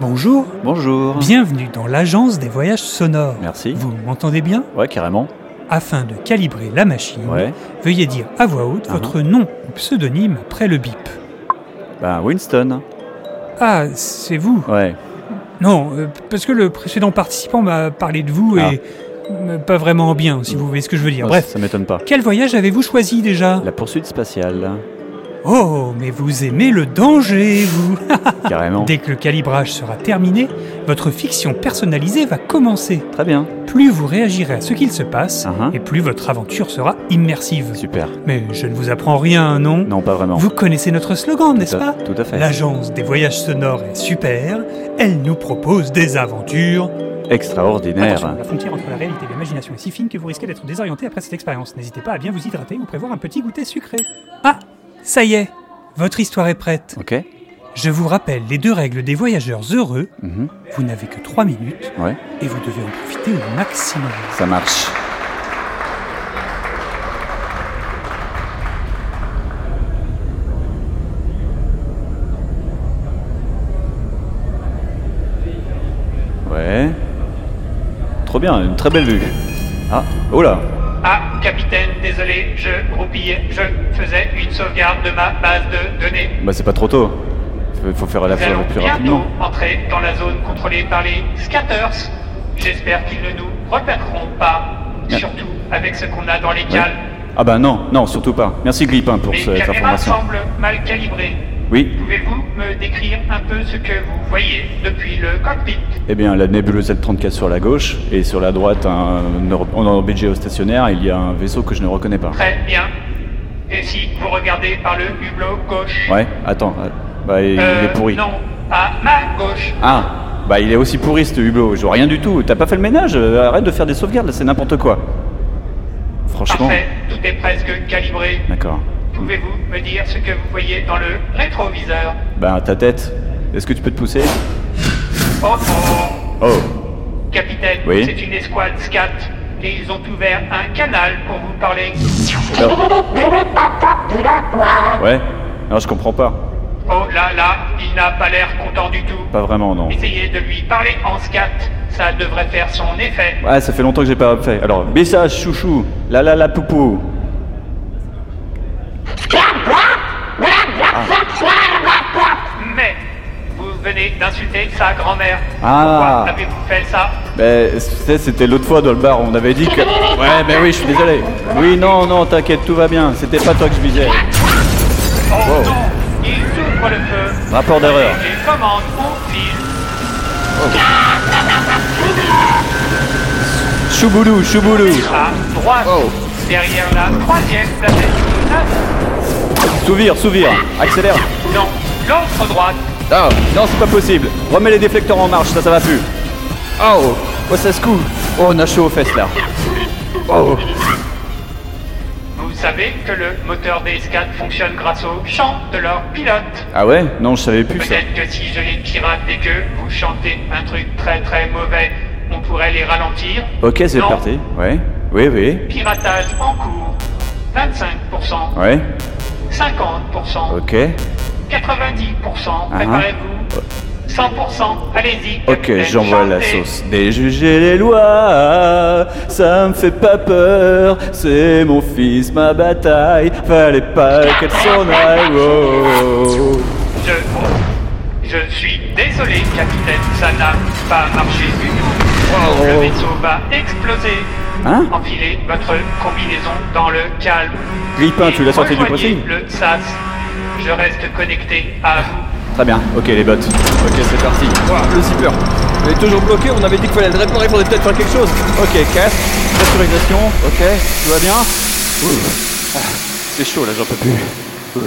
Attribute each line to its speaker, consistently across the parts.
Speaker 1: Bonjour,
Speaker 2: Bonjour.
Speaker 1: bienvenue dans l'agence des voyages sonores.
Speaker 2: Merci.
Speaker 1: Vous m'entendez bien
Speaker 2: Ouais, carrément.
Speaker 1: Afin de calibrer la machine,
Speaker 2: Ouais.
Speaker 1: veuillez dire à voix haute
Speaker 2: Ah.
Speaker 1: votre nom ou pseudonyme après le bip.
Speaker 2: Ben, Winston.
Speaker 1: Ah, c'est vous
Speaker 2: Ouais.
Speaker 1: Non, euh, parce que le précédent participant m'a parlé de vous et
Speaker 2: Ah.
Speaker 1: euh, pas vraiment bien, si vous voyez ce que je veux dire.
Speaker 2: Ouais,
Speaker 1: Bref,
Speaker 2: Ça m'étonne pas.
Speaker 1: quel voyage avez-vous choisi déjà
Speaker 2: Bah, La poursuite spatiale.
Speaker 1: Oh, mais vous aimez le danger, vous
Speaker 2: Carrément.
Speaker 1: Dès que le calibrage sera terminé, votre fiction personnalisée va commencer.
Speaker 2: Très bien.
Speaker 1: Plus vous réagirez à ce qu'il se passe,
Speaker 2: Uh-huh.
Speaker 1: et plus votre aventure sera immersive.
Speaker 2: Super.
Speaker 1: Mais je ne vous apprends rien, non
Speaker 2: Non, pas vraiment.
Speaker 1: Vous connaissez notre slogan, n'est-ce
Speaker 2: Tout
Speaker 1: pas
Speaker 2: à- Tout à fait.
Speaker 1: L'agence des voyages sonores est super, elle nous propose des aventures. Attention,
Speaker 2: Extraordinaire.
Speaker 1: la frontière entre la réalité et l'imagination est si fine que vous risquez d'être désorienté après cette expérience. N'hésitez pas à bien vous hydrater ou prévoir un petit goûter sucré. Ah, ça y est, votre histoire est prête.
Speaker 2: Ok.
Speaker 1: Je vous rappelle les deux règles des voyageurs heureux.
Speaker 2: Mhm.
Speaker 1: Vous n'avez que 3 minutes
Speaker 2: Ouais.
Speaker 1: et vous devez en profiter au maximum.
Speaker 2: Ça marche. Ouais. Trop bien, une très belle vue. Ah, oh là
Speaker 3: Ah, capitaine, désolé, je groupillais, je faisais une sauvegarde de ma base de données.
Speaker 2: Bah c'est pas trop tôt. Faut- Faut faire la
Speaker 3: Nous allons
Speaker 2: fleur plus
Speaker 3: bientôt
Speaker 2: rapidement.
Speaker 3: entrer dans la zone contrôlée par les scatters. J'espère qu'ils ne nous repéreront pas,
Speaker 2: Ah.
Speaker 3: surtout avec ce qu'on a dans les
Speaker 2: Ouais.
Speaker 3: cales.
Speaker 2: Ah bah non, non, surtout pas. Merci Glipin pour
Speaker 3: Les
Speaker 2: cette
Speaker 3: caméras
Speaker 2: information.
Speaker 3: semblent mal calibrées.
Speaker 2: Oui,
Speaker 3: Pouvez-vous me décrire un peu ce que vous voyez depuis le cockpit
Speaker 2: eh bien la nébuleuse L34 sur la gauche et sur la droite un or- en orbite géostationnaire, il y a un vaisseau que je ne reconnais pas.
Speaker 3: Très bien. Et si vous regardez par le hublot gauche
Speaker 2: Ouais, attends, euh, bah il, il
Speaker 3: Euh,
Speaker 2: est pourri.
Speaker 3: Non, à ma gauche.
Speaker 2: Ah, bah il est aussi pourri ce hublot, je vois rien du tout. T'as pas fait le ménage Euh, Arrête de faire des sauvegardes, là, c'est n'importe quoi. Franchement,
Speaker 3: Parfait, tout est presque calibré.
Speaker 2: d'accord.
Speaker 3: Pouvez-vous me dire ce que vous voyez dans le rétroviseur
Speaker 2: Bah ta tête, est-ce que tu peux te pousser
Speaker 3: Oh oh
Speaker 2: Oh,
Speaker 3: Capitaine,
Speaker 2: Oui
Speaker 3: c'est une escouade SCAT et ils ont ouvert un canal pour vous parler.
Speaker 2: ouais, non je comprends pas.
Speaker 3: Oh là là, il n'a pas l'air content du tout.
Speaker 2: Pas vraiment non.
Speaker 3: Essayez de lui parler en SCAT, ça devrait faire son effet.
Speaker 2: Ah, ça fait longtemps que j'ai pas fait. Alors, message chouchou, la la la poupou.
Speaker 3: Mais vous venez d'insulter sa grand-mère.
Speaker 2: Ah.
Speaker 3: Pourquoi avez-vous fait ça
Speaker 2: Ben, c'était- c'était l'autre fois dans le bar, on avait dit que. Ouais, ben oui, je suis désolé. Oui, non, non, t'inquiète, tout va bien. C'était pas toi que je visais.
Speaker 3: Oh non, ils ouvrent le feu.
Speaker 2: Rapport d'erreur.
Speaker 3: Les commandes ont fil.
Speaker 2: Chouboulou, chouboulou.
Speaker 3: à droite, derrière la troisième planète. Ah,
Speaker 2: Souvire, souvire. Accélère.
Speaker 3: Non, l'autre droite.
Speaker 2: Non, non, c'est pas possible. Remets les déflecteurs en marche, ça, ça va plus. Oh, oh, ça se coule. Oh, on a chaud aux fesses là. Oh,
Speaker 3: Vous savez que le moteur des SCAD fonctionne grâce au chant de leur pilote.
Speaker 2: ah ouais Non, je savais plus ça.
Speaker 3: Peut-être que si je les pirate et que vous chantez un truc très très mauvais, on pourrait les ralentir.
Speaker 2: Ok, c'est
Speaker 3: Non.
Speaker 2: parti. Ouais, oui, oui.
Speaker 3: Piratage en cours. 25%,
Speaker 2: Ouais,
Speaker 3: 50%,
Speaker 2: ok. Ah.
Speaker 3: 90%, préparez-vous. 100%, allez-y.
Speaker 2: Ok,
Speaker 3: capitaine,
Speaker 2: j'envoie la
Speaker 3: chantez.
Speaker 2: sauce. Déjuger les lois, ça me fait pas peur. C'est mon fils, ma bataille. Fallait pas qu'elle s'en aille. Oh. wow.
Speaker 3: Je... Je suis désolé, capitaine, ça n'a pas marché du tout. Le vaisseau va exploser.
Speaker 2: Hein
Speaker 3: Enfilez votre combinaison dans le calme.
Speaker 2: Grippin,
Speaker 3: Et
Speaker 2: tu l'as sorti du
Speaker 3: rejoignez
Speaker 2: pressing
Speaker 3: le SAS. Je reste connecté à vous.
Speaker 2: Très bien, ok les bottes.
Speaker 4: Ok, c'est parti. Wow, le zipper. Il est toujours bloqué, on avait dit qu'il fallait le réparer, il faudrait peut-être faire quelque chose.
Speaker 2: Ok, casse, casse sur régression. Ok, tout va bien Ouh. Ah, C'est chaud là, j'en peux plus. Ouh.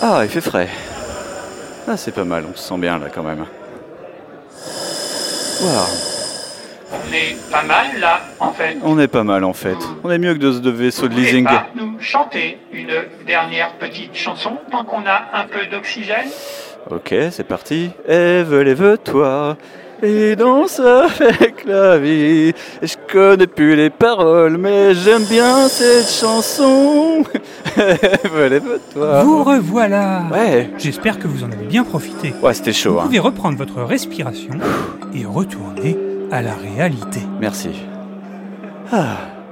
Speaker 2: Ah, il fait frais. Ah, c'est pas mal, on se sent bien là quand même. Waouh.
Speaker 3: On est pas mal là, en fait.
Speaker 2: On est pas mal en fait. On est mieux que de ce de vaisseau de
Speaker 3: Vous voulez
Speaker 2: leasing.
Speaker 3: pas nous chanter une dernière petite chanson tant qu'on a un peu d'oxygène
Speaker 2: Ok, c'est parti. Ève, lève-toi. et danse avec la vie. Je connais plus les paroles, mais j'aime bien cette chanson. Relève-toi.
Speaker 1: Vous revoilà
Speaker 2: Ah. Ouais.
Speaker 1: J'espère que vous en avez bien profité.
Speaker 2: Ouais, c'était chaud,
Speaker 1: Vous
Speaker 2: hein.
Speaker 1: pouvez reprendre votre respiration et retourner à la réalité.
Speaker 2: Merci. Ah,